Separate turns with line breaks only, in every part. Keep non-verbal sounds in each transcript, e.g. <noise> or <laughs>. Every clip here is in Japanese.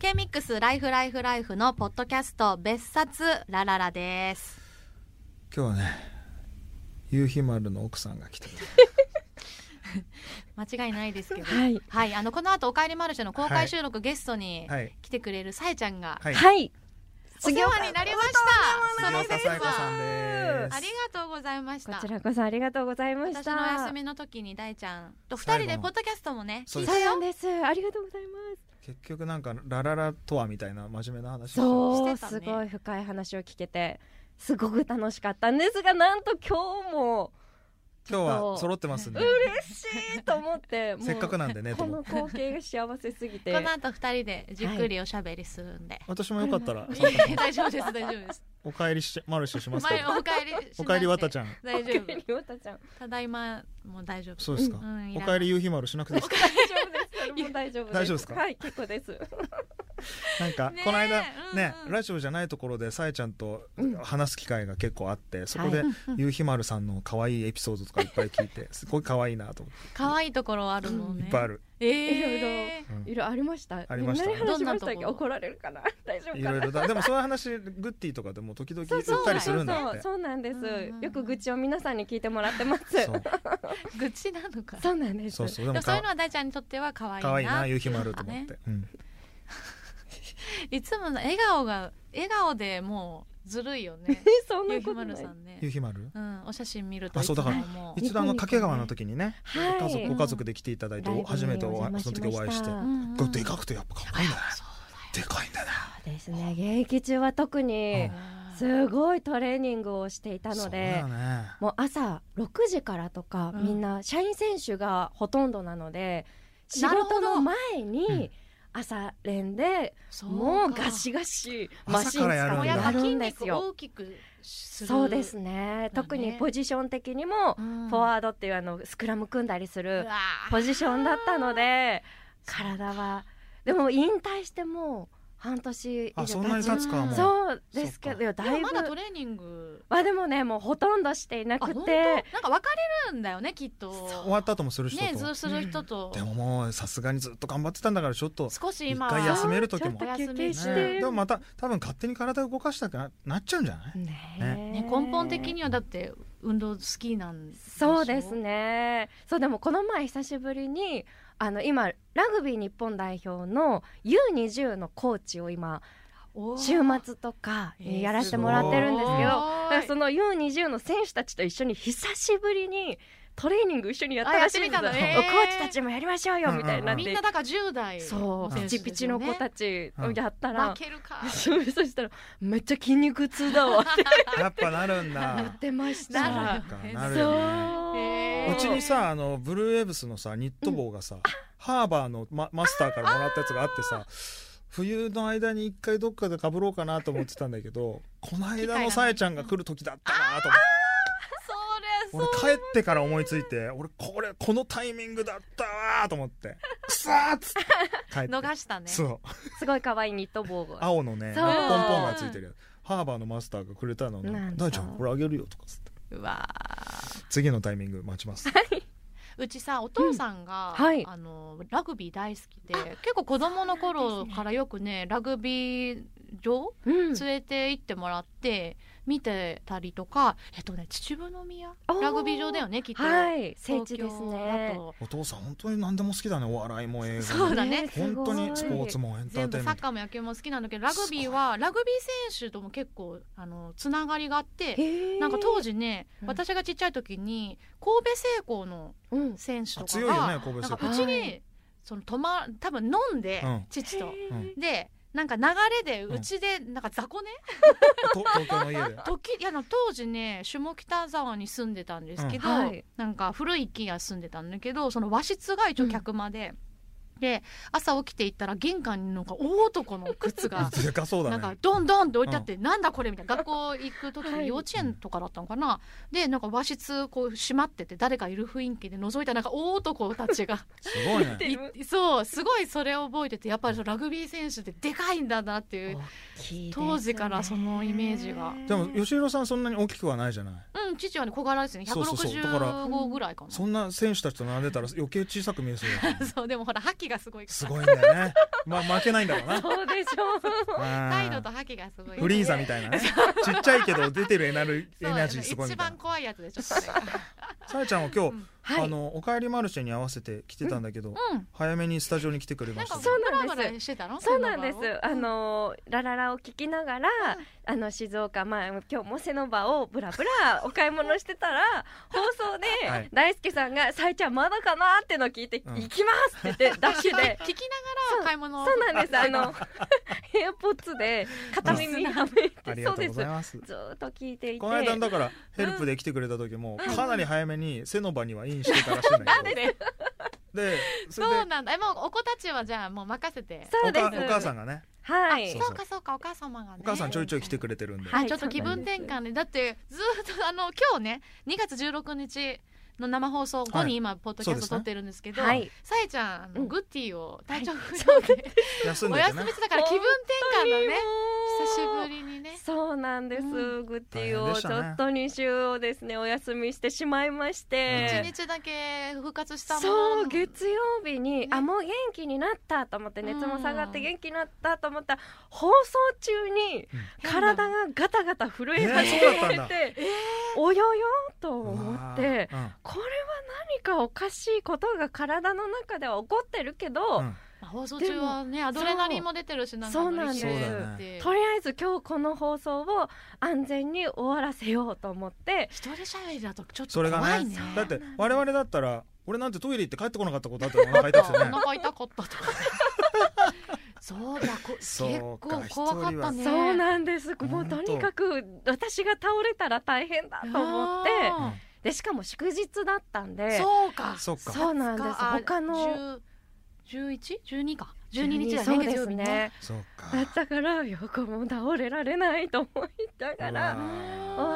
K ミックスライフライフライフのポッドキャスト別冊ラララです。
今日はね夕日丸の奥さんが来てる
間違いないですけど。は。
はいい。
あのこの後おかえりマルシェの公開収録ゲストに
はい
来てくれるさえちゃんが
はい
はい。
お世話になりました。そ
杉岡
の
紗
節
友子さん
は
で
あり
す
がとうございまし
こ
た
ち。らこそありがとうございました。
私のお休みの時に大ちゃんと二人でポッドキャストもね
そ
聞
う
い
で
た
そうな
よ
ん。です。ありがとうございます。
結局なんかラララとはみたいな真面目な話を
そう、
してたね
すごい深い話を聞けて、すごく楽しかったんですが、なんと今日も
今日は揃ってますね
嬉しいと思って、もう
<laughs> せっかくなんでねと
こ
思っ
の
て
光景が幸せす
<laughs>
ぎて。
この後二人でじっくりおしゃべりするんで。
私もよかったら
いやい <laughs> や大丈夫です大丈夫
<laughs>
です。
お帰りしマルシェしますけ
前
ど
お帰りしなくて。
お帰りわたちゃん
大
お
丈
かえ
夫。
りおたちゃん。
ただいまも大丈夫。
そうですか
う、んい
お
らない
帰り夕日丸しなくていいですか
大丈夫です。それも大丈夫です。
大丈夫ですか
はい、結構です。
なんか
ねえ
この間ね
うんうん
ラジオじゃないところでさえちゃんと
うん
話す機会が結構あってそこで
は
夕日丸さんの可愛いエピソードとかいっぱい聞いてすごい可愛いなと思っ
可愛いところあるもん
て
ね。
いっぱいある
えー。
い
うん
いろいろありました。
ありました
何話しましたっ
どん
け
なとこ
怒られるかな大丈夫
い
か
ろい
な
ろだでもそういう話グッティとかでも時々言っ
そう
たりするんだっ
そう
て
そうなんです、
うんうんうん
よく愚痴を皆さんに聞いてもらってます
そう
愚痴なのか。
<laughs> そうなんです
そうそうで
で
も
もそういうの
か
は大ちゃんにとっては可愛いな。
わいいな夕日丸と思っ
ね
てうん
いつもの笑顔が笑顔でもうずるいよ
<laughs>
ね。
えそんな
ゆ
こ
き
と
ま
な
る
い
さんね
夕。日丸
うん、お写真見ると
あ
いつ
そう
も
だから
もう。
一度あの掛川の時にね
はい
家族
うん
ご家族で来ていただいて
ライブに
初めてお
お邪
会
魔
い
し
そ
ま
の時お会
した
いして
うん
うん
これでかくてやっぱ可愛いんだね
そう
でかいんだね
そうですね現役中は特に
だよ
すごいトレーニングをしていた
そ
の
うだ
で
よね
もう朝6時からとか、
うん
みんな社員選手がほとんどなので仕
なるほど
事の前
うん
に朝練で
そうか
もうガシガシマシ
朝
ン
からやるんだ
使って
親
や
が
る
筋
んで
肉
す
を
よ
大きくする。
そうですね特にポジション的にも
うん。
フォワードっていうあのスクラム組んだりす
う
る
わー
ポジションだったので体はでも引退してもう半年以上
あそんなに
経
経
つ
つかもう
そうですけ
そっか
どいや
で
だ
も
いぶ
まだトレーニング。
まあでもねもうほとんどしていな
あ、
く
本当。なん
て
か別れるんだよね、きっと。
終わった後もする人
ね、
と
ずする人と。
でももうさすがにずっと頑張ってたんだからちょっと
少し今は
一回休める時
ちょ
も
っと
お休
休
み
憩
し
してて
ねでもまた多分勝手に体を動かしたくななっちゃうんじゃない
ね
ね、根本的にはだって運動好きなんでしょ
そうですねそうでもこの前久しぶりにあの今ラグビー日本代表の U20 のコーチを今
おー
週末とかにやらせて
えー
もらってるんですけど、だから
す
その U20 の選手たちと一緒に久しぶりにトレーニング一緒にやったらしいんです
あや
よ、
ってみたのね
コーチたちもやりましょうよみたいにな
ご
っ
い
て、
みんなだから10代
そうピチピチの子たちをやった
ら
ら
負、けるか
そうそしたらめっちゃ筋肉痛だわって
やっぱなるん
言
だ
ってまし
そう
な
た
る。
か
ね
な
そ
るよ
へ
ねう
う、
ー
ちにさあのブルーウェーブスのさニット帽がさ、ハーバーのママスターからもらったやつがあってさ冬の間に一回どっかでかぶろうかなと思ってたんだけどこの間のさえちゃんが来る時だったなと
それ
思って
そう
俺帰ってから思いついて俺これこのタイミングだったわと思ってくさーっつって帰っ
<laughs>
て
逃したね
そう
すごい可愛いニット帽が。
青のね
そ
ポ
う
ンポンがついてるやつハーバーのマスターがくれたのね
なんと
大ちゃんこれあげるよ」とかつって
うわー
次のタイミング待ちます
うちさお父さんが、
うんはい
あのラグビー大好きで結構子供の頃からよくねラグビー場
う
連
ん
れて行ってもらって見てたりとかえっとね秩父宮
おー
ラグビー場だよねきっと、
はい、聖
東
地
京
です
だ
ね。
と
お父さん本当に何でも好きだねお笑いも映画
そ
も
うだね
すごい
本当にスポーツもエンター
全
テイ
部サ
ンメン
ッ
ト
カーも野球も好きなんだけどラグビーはラグビー選手とも結構あのつながりがあって
へー
なんか当時ね、
うん
私がちっちゃい時に神戸製鋼の
うん
選手とか
強いよ
が、
ね
な
神戸
ん
製
か
鋼
うちに、
はい
その泊ま多分飲んで、
うん
父と。
へー
うん
でなんか流れでうちでなんか雑魚ね、
と東京の家で
時いやあの当時ね下北沢に住んでたんですけど、
うんはい
なんか古い一軒家住んでたんだけどその和室が一応客間で、で朝起きて行ったら玄関になんか大男の靴が
でか <laughs> そう
な
だ
んか
ね
ドンドンって置いてあって、なんだこれみたいな学校行く時
はい
幼稚園とかだったのかな、でなんか和室こう閉まってて誰かいる雰囲気で覗いたらなんか大男た
<laughs>
ちが
すごいね
でも
いそうすごいそれを覚えててやっぱりそのラグビー選手ってでかいんだなっていう
大きいですね
当時からそのイメージが
でも吉弘さんそんなに大きくはないじゃない
うんうん父はね小柄ですね
そうそうそうだから
165ぐらいかな
そんな選手たちと並んでたら余計小さく見えそうだよ
<laughs>
ね
そうでもほら覇気がすごい
す
から
ごいんだよねまあ負けないんだろうな
そうでしょ
態度
あ
と覇気がすごい
ーフリーザみたいなねちっちゃいけど出てるエナルエ
そう
ナジーす
一
ごいみたい
番
な
怖いやつでちょっとね
さやちゃんは今日、
うん
は
あ
い
の「おかえりマルシェ」に合わせて来てたんだけど、
うん
早めにスタジオに来てくれ
な
ま
ん
した
か
ね
そう
ブ
な
ラ
んです
ブラしてたの
そうなんで
セノ
す。
バを
あのラララを聞きながら、あの静岡まあ今日もセノバをブラブラお買い物してたら <laughs> 放送で、
はい
大輔さんがさえちゃんまだかなってのを聞いて、
うん
行きますって言ってダッシュで
聞きながら買い物を
<laughs> そうなんです。あ <laughs> のヘアポッツで片耳にはめ
あ
て、
りがと
そう
う
で
ご
す
ざい。ます
ずーっと聞いていて。
この間だからヘルプで来てくれた時もかなり早めにセノバにはインしてたらしいんだけど
ね
でそれ
そ
で
うなんだえもうお子たちはじゃあもう任せて
そう
お
です。
かお母さんがね
は
そ
い。
う
そうかそうかお母様がね
お母さんちょいちょい来てくれてるんで
はい
ちょっと気分転換でだってずーっとあの今日ね2月16日の生放送後
は
に
い
今ポッドキャスト
そ
撮
うですね
ってるんですけど、
はい。
さえちゃんあの、
うん
グッティを体調不
は
良
い
で、
休ん
お
でて
休
ね
みしてたから気分転換だね久しぶ
り。
りにね
そうなんです、
う
グッティ
大変
を
でし
ち
た
ょ
ね
っと2週をですねお休みしてしまいまして、
一日だけ復活したもの
そう
の
月曜日
ね
に、あもう元気になったと思って熱も下がって
うん
元気になったと思ったら放送中に
うん
体がガタガタ震え始
えーそうだった
め
ん
て
だ
<laughs> およよと
う
思
わ
っ
ー
てこれは何かおかしいことが体の中では起こってるけど、
うんうん
まあ放送中はねアドレナリンも出てるしなんか
そうなん
乗り切れる
そうだよね
っていう
とりあえず今日この放送を安全に終わらせようと思って
一人喋りだとちょっと
それが
怖いね
ねだって我々だったら俺なんてトイレ行って帰ってこなかったことあったらお腹痛く
お
て
<laughs>
ね
腹痛かったとかそうだこ結
<laughs> そ
構
うか
怖かったね
そうなんです
当
もうとにかく私が倒れたら大変だと思って
あ
でしかも祝日だったん
ー
で
そうか
そっか
そうなんです
あ
他の
10 11 12か12日だ
そ
ね
う
月
で
曜
す
日ね
ね
そう
だ
か
ったから横も倒れられないと思いなが
う
ら
わ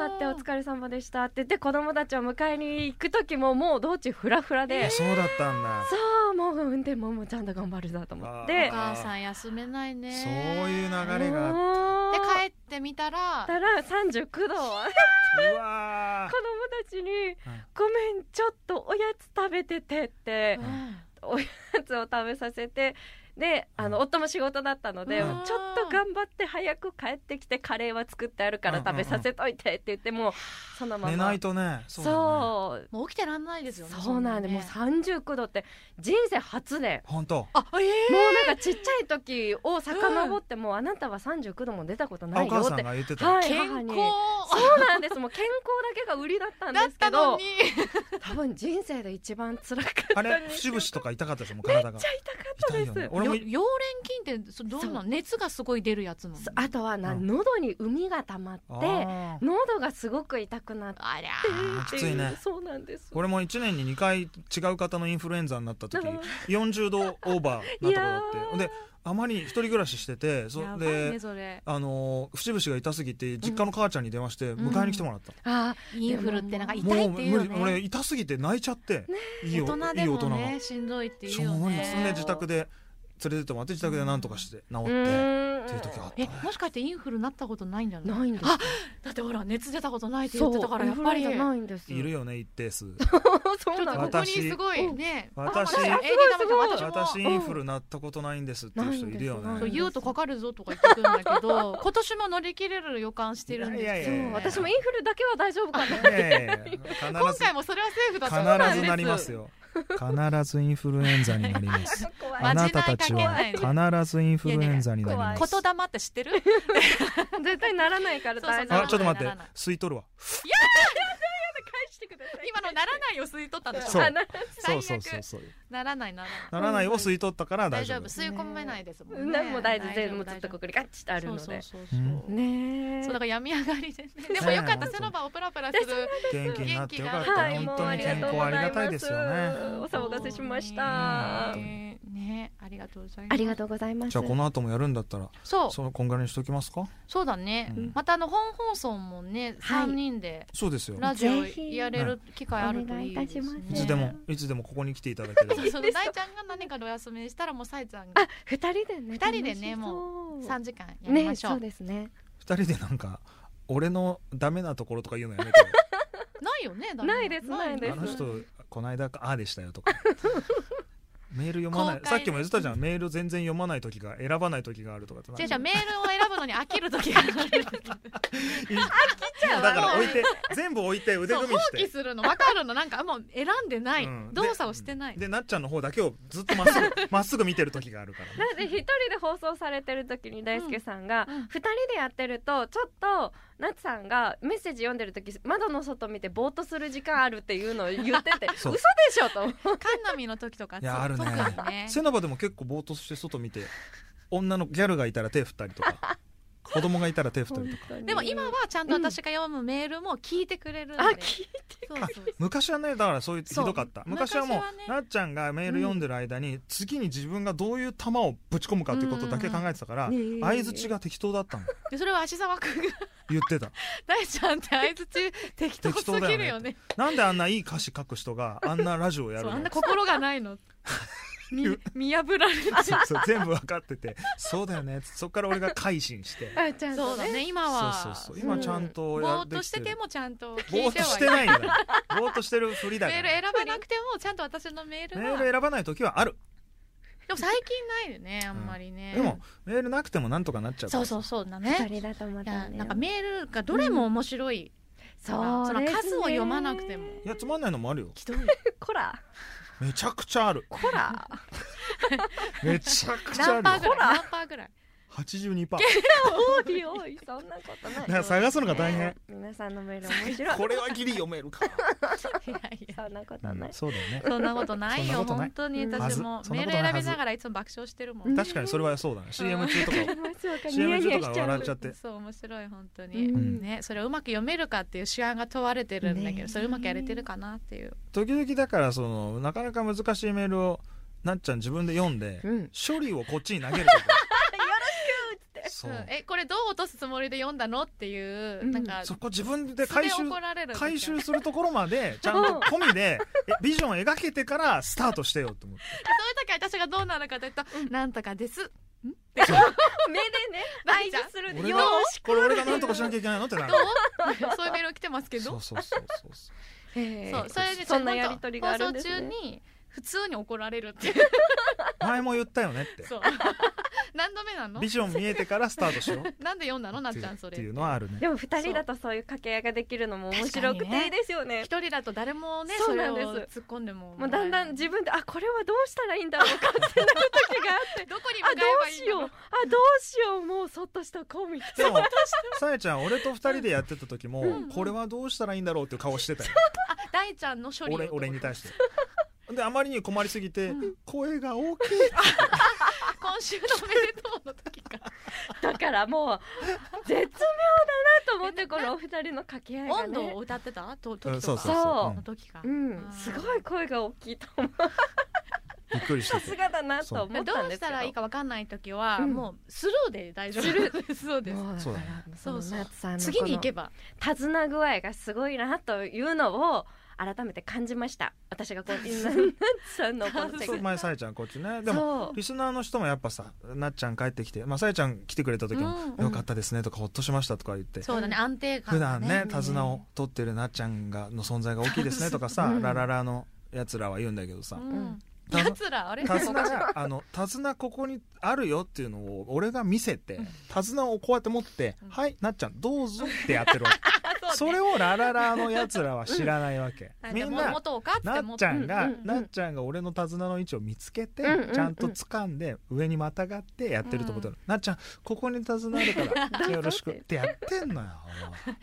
終わってお疲れ様でしたって言って子供たちを迎えに行く時ももう道中フラフラで、
あそうだったんだ
そうもう運転ももうちゃんと頑張るぞと思っ
れ
お
て
あー
母さん休めないね
そういう流れがあっ
で
で
帰ってみたら
たら39度子供
うわ
たちに「ごめんちょっとおやつ食べてて」って
う
うん
おやつを食べさせてであの
うん
夫も仕事だったのでちょ
う
っ
ん
と頑張って早く帰ってきてカレーは作ってあるから食べさせといてって言ってもうその
ー
ま
寝な
ま
いとねそうだね
そう
もう起きてらんないですよね
そうなんで
ね
もう39度って人生初で。
本当
あええ
もうなんかちっちゃい時を遡っても、あなたは39度も出たこと
あ
な
お
いよ
母さ
っ
ん
て
が言ってた
はい母
健
に
康
そうなんですもう健康だけが売りだったんで
だっ
すけ
たの
ど
に
多分人生で一番辛かった
あれ節々とか痛かったでしょもう体が
めっちゃ痛かった
痛
で
い
す
よね俺
よ
も
溶連菌ってそどんな
そ
熱がすごい出るやつなの
そうあとはな、
うん
喉に海が溜まって
あー
喉がすごく痛くなって
ありゃ
あーきついね
そうなんです
俺も1年に2回違う方のインフルエンザになった時
あー
40度オーバーなとこだって
いやー
ほんであまりに一人暮らししててそ
やばい
で、
ねそれ
あのー節々が痛すぎて実家の母ちゃんに電話して
ん
迎えに来てもらった、
あ
インフルってなんか痛い
も
っ
う
ていうよ
無
ね
理俺痛すぎて泣いちゃって、いいよ
大人
い
で
い大
も
人が
ねしんどいっていう
そう
よ
無理
ね
ですね自宅で連れてってもらって自宅で何とかして治っ
ー
て、っ
うーん
ていう時あった
え
ね
もしかしてインフルなったことないんじゃない
ないんです
あだってほら熱出たことないって言ってたからやっぱり
そうインフルエンザないんです
いるよね一
<laughs>
定数
<laughs> そう
ちょっ
な
と
の
ここにすごいね
私
あ
私
えりだめさん
すごい
私も
私インフルなったことないんですっていう人いるよ
ないん
そう
で
ね
す
言うとかかるぞとか言ってくるんだけ
<laughs>
ど今年も乗り切れる予感してるんですよ
いやいや
そ
いや
う私もインフルだけは大丈 <laughs> 夫かな
いやいやいや必
今
ず
回もそれはセーフだった
必ずなりますよ必ずインフルエンザになります
怖い
まじ
あ
な
ない
か
た
けない
たちは必ずインフルエンザになります
言霊って知ってる
絶対ならないから
そ
大丈
うそう
あ
夫
ちょっと待っ
なら
て
ない
吸い取るわ
返してください
今のならないを吸い取ったんでし
そ
ょ
う
あな
そうそうそうそう
ならないならない
ならないを吸い取ったから
大
大丈
丈夫
夫
吸い込めないですもんね
何も大事全部
大
ず
丈
っと
夫
ここにガッチとあるので
そうそうそうそう
うん
ねえ
そうだから病み上がりでねでもよかった
ね
セノバをプラプラする
元気になってよかっ
は
た
い、
本
もう
当
あ
に
りが
健
とう
康
ご
あり
ざ
が
い
たい
ま。
ですすよね
お騒がせしまし
本
た
当。に
ねねありがとうございます
ありがとうございます。
じゃあこの後もやるんだったら
そう
そのこんぐらいにしときますか
そうだね、
うん
またあの本放送もね、
はい
三人で
そうですよ
ラジオ
ぜひ
やれる機会あるといいですね
お願いいたし
い
ます
つでもいつでもここに来ていただければ
そうそう大ちゃんが何かでお休みしたらもうさえちゃんが
あ、二人でね。
二人でね
も
三時間やりま
ね、
しょ
そう
う。
ですね。
二人でなんか俺のダメなところとか言うのやめて
ないよね誰も
ないですないです
あの人この間ああでしたよ
<laughs>
とかメール読まな
公
い
開
さっきも言ってたじゃんメール全然読まない時が選ばない時があるとかってなんか
違う違うメールを選ぶのに飽きる時がある
もうだから置いて全部置いて腕
そう
組
放
みし
棄
て
するの分かるのなんかもう選んでない、
うん
動作をしてない
でなっちゃんの方だけをずっとまっす
<laughs>
ぐまっすぐ見てる時があるからね
<laughs> なので一人で放送されてる時に大輔さんが
うんうん
二人でやってるとちょっと夏さんがメッセージ読んでる時窓の外見てぼーっとする時間あるっていうのを言ってて
<laughs> そう
嘘でしょと思って
カンナミの時とか
いやあるね
特にね
セナバでも結構ぼーっとして外見て女のギャルがいたら手振ったりとか
<laughs>
子供がいたら手振ったりとか
でも今はちゃんと私が読むメールも聞いてくれるんで、
あき
そうそう
昔はねだからそういうひ
そう
どかった昔はもう
昔はね
なっちゃんがメール読んでる間に、次に自分がどういう球をぶち込むかっていうことだけ考えてたから
うんうんうんねえ
相づちが適当だったの
でそれは足沢くんが
言っ
<laughs>
てた
大ちゃんって相づち適当すぎるよね
なんであんないい歌詞書く人があんなラジオやる
そうあん
の
な心がない
<laughs>
のみ見破られて
そうそう全部分かっててそうだよねそっから俺が改心して
あちゃん
そ
と
うだ
ね
ね今
そう
は
そうそう今ちゃんと
ぼ
や
ー
っ
ってと
き
しててもちゃんと聞
ぼー
い
ってとし
は
て
いる
ないんだよぼーっとしてるふりだか
メール
ら
選ばなくてもちゃんと私のメール
メー
は
ル選ばない時はある
でも最近ないよねあんまりね、
でもメールなくてもなんとかなっちゃう
そうそうそうだね
二人だとま
いや
たね
なんかメールがどれも面白い、
そう
その数を読まなくても
いやつまんないのもあるよ
ひどい
こら
めちゃくちゃある
こら
めちゃくちゃ
何
ある
パー
よ
ぐらい何パーぐらい
82%パー
おいおいそんなことない
だから探すのが大変
ね皆さんのメール面白
<laughs>
い
これはギリ読めるか、
いやいや
そんなことない
そうだよね
そんなことない
そんな
よ
ことない
本当に
うん
私も
はず
メール
そんな
選
ことないは
び
ず
ながらいつも爆笑してるも
うんん
確かにそれはそうだね CM 中 <laughs> とか
そうかニヤ
CM
ニ
中
ヤ
とか
しちゃ
笑っ
う
ちゃって
そう面白い本当に、
うん
ねそれをうまく読めるかっていう手腕が問われてるんだけど、
ね
それうまくやれてるかなっていう
時々だからそのなかなか難しいメールをなっちゃん自分で読んで
うん
処理をこっちに投げるとか <laughs> よろしくってそう
うんえこれどう落とすつもりで読んだのっていう、
うん
なんか
そこ自分で回収
素で怒られる <laughs>
回収するところまでちゃんと込みでえビジョンを描けてからスタートしてよって思って
そういう時私がどうなるかというと、なんとかです。
目でね
大ちゃん
する
俺がこれ俺が何とかしなきゃいけないのってなる
どう <laughs> そういうメール来てますけ
そ
ど。
うそうそうそうそう
え
そう、それで
そんなやりとりがある
放
んで
送
す
中
ね
に普通に怒られるって
<laughs>
いう。
前も言ったよねって
そう。 <laughs> 何度目なの
ビ？ジョン見えてからスタート
<laughs>
しろ
なんで読んだのなっちゃん
っ
それ。
ていうのはあるね
<laughs>
でも二人だとそういう掛け合いができるのも面白く
確かに
て
ね
いいですよね
一人だと誰もね
そ
そうれ
な
を
んです
突っ込んでも
もうだんだん
ど
自分であこれはどうしたらいいんだろ
<laughs>
うかってなる時があって
こに向
あ
か
ど
えば
う
いい
し
の
ようあどうしようもうそっとしとこうみたい
でもさえちゃん俺と二人でやってた時も、
うん
これはどうしたらいいんだろうっていう顔してたよ
あ大ちゃんの処理を
俺俺に対
て
してであまりに困りすぎて、
うん
声が大きい
<laughs> 今週のおめでとうの時か
なだからもう絶妙だなと思っ
<laughs>
てこのお二人の掛け合いが
温度
ね
を歌ってたと時と
う
か、
んそうそう
そ
そうう、
の時か、
うんすごい声が大きいと思う
びっくりし
さ
て
す
て
がだなと思っ
ど
たん
う
で
し
すけ
た
ど
らいいかわかんない時は、
うん
もうスルーで大丈夫です <laughs> そうです
もうだ
そう
か
だ
らそ
そう
の
そう
夏さんの
次に行け
ば
ば
手綱具合がすごいなというのを改めて感じました私
<laughs>
がこう夏さんのこの世
手
そう
界
前さえちゃんこっちねでも
そう
リスナーの人もやっぱさなっちゃん帰ってきてまあさえちゃん来てくれた時も、
うん
よかったですねとかほっとしましたとか言って
そうだね安定感
普段ね
ん
手綱を取ってるなっちゃんがの存在が大きいですねとかさ、
うん
ラララのやつらは言うんだけどさ、
うん
手綱
やつらあれ
手綱があの手綱ここにあるよっていうのを俺が見せて手綱をこうやって持って
う
「
ん
はいなっちゃんどうぞ」ってやって
<laughs>
るわけそれをラララのやつらは知らないわ
<laughs>
け、み
み
ん
んな
な
元かって
な
持っ
っち
て
ゃんが、
うんうんうん
なっちゃんが俺の手綱の位置を見つけて、
うんうんうん
ちゃんと掴んで上にまたがってやってると思ってる、なっちゃんここに手綱あるから
<laughs>
よろしくってやってんのよ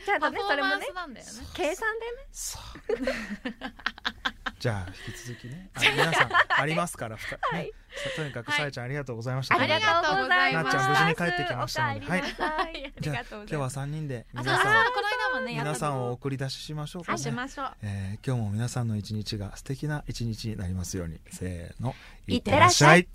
じゃあ
パ
だ
フォ
ねそ
ー
れ
マ
も
ン
ね
スなんだよね
計算でね
さあじゃあ引き続きねあの皆さんありますから、ふた
は
ね
い
さとにかく
はい
さえちゃんありがとうございました、
ありがとうございま
なっ
し
ち
た
ゃん無事に帰ってきましたので、はい、
はいあり
じゃあ
がとうござ
今日
い
は
ます
3人で
あ
皆
そうそう
さん
この間もねやった
皆さんを
と
お
こ
送り出ししましょうか
あし
ね、
ましょう
えー今日も皆さんの一日が素敵な一日になりますようにせーの
いってらっしゃい